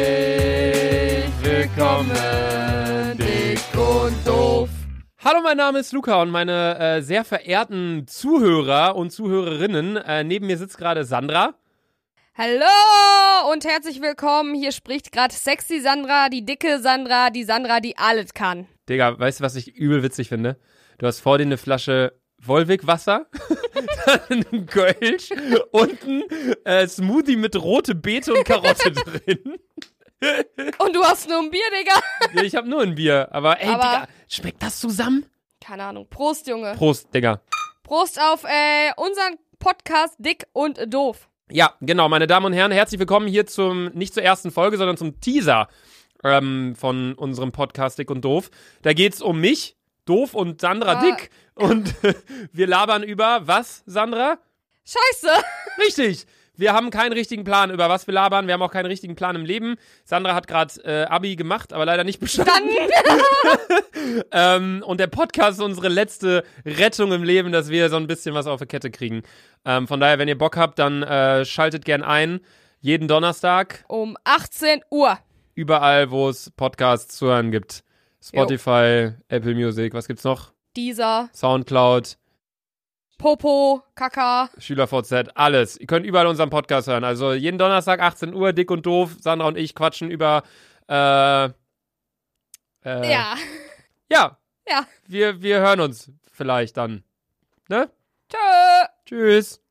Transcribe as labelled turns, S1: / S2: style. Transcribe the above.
S1: Herzlich willkommen, dick und doof.
S2: Hallo, mein Name ist Luca und meine äh, sehr verehrten Zuhörer und Zuhörerinnen. Äh, neben mir sitzt gerade Sandra.
S3: Hallo und herzlich willkommen. Hier spricht gerade sexy Sandra, die dicke Sandra, die Sandra, die alles kann.
S2: Digga, weißt du, was ich übel witzig finde? Du hast vor dir eine Flasche Wolwig-Wasser, dann ein Kölsch, unten äh, Smoothie mit rote Beete und Karotte drin.
S3: Und du hast nur ein Bier, Digga.
S2: Ja, Ich habe nur ein Bier, aber ey,
S3: Aber-
S2: Digga, schmeckt das zusammen?
S3: Keine Ahnung. Prost, Junge.
S2: Prost, Digga.
S3: Prost auf äh, unseren Podcast Dick und Doof.
S2: Ja, genau, meine Damen und Herren, herzlich willkommen hier zum, nicht zur ersten Folge, sondern zum Teaser ähm, von unserem Podcast Dick und Doof. Da geht's um mich, Doof und Sandra
S3: Ah.
S2: Dick. Und wir labern über was, Sandra?
S3: Scheiße.
S2: Richtig! Wir haben keinen richtigen Plan, über was wir labern. Wir haben auch keinen richtigen Plan im Leben. Sandra hat gerade äh, Abi gemacht, aber leider nicht bestanden.
S3: Dann
S2: Ähm, und der Podcast ist unsere letzte Rettung im Leben, dass wir so ein bisschen was auf die Kette kriegen. Ähm, von daher, wenn ihr Bock habt, dann äh, schaltet gern ein. Jeden Donnerstag,
S3: um 18 Uhr.
S2: überall, wo es Podcasts zu hören gibt. Spotify, Apple Music, was gibt's noch?
S3: Dieser
S2: Soundcloud,
S3: Popo, Kaka.
S2: SchülerVZ, alles. Ihr könnt überall unseren Podcast hören. Also jeden Donnerstag, 18 Uhr, dick und doof. Sandra und ich quatschen über. Äh, äh,
S1: Äh.
S3: Ja.
S2: Ja.
S3: Ja.
S2: Wir, wir hören uns vielleicht dann. Ne?
S3: Tschö.
S2: Tschüss.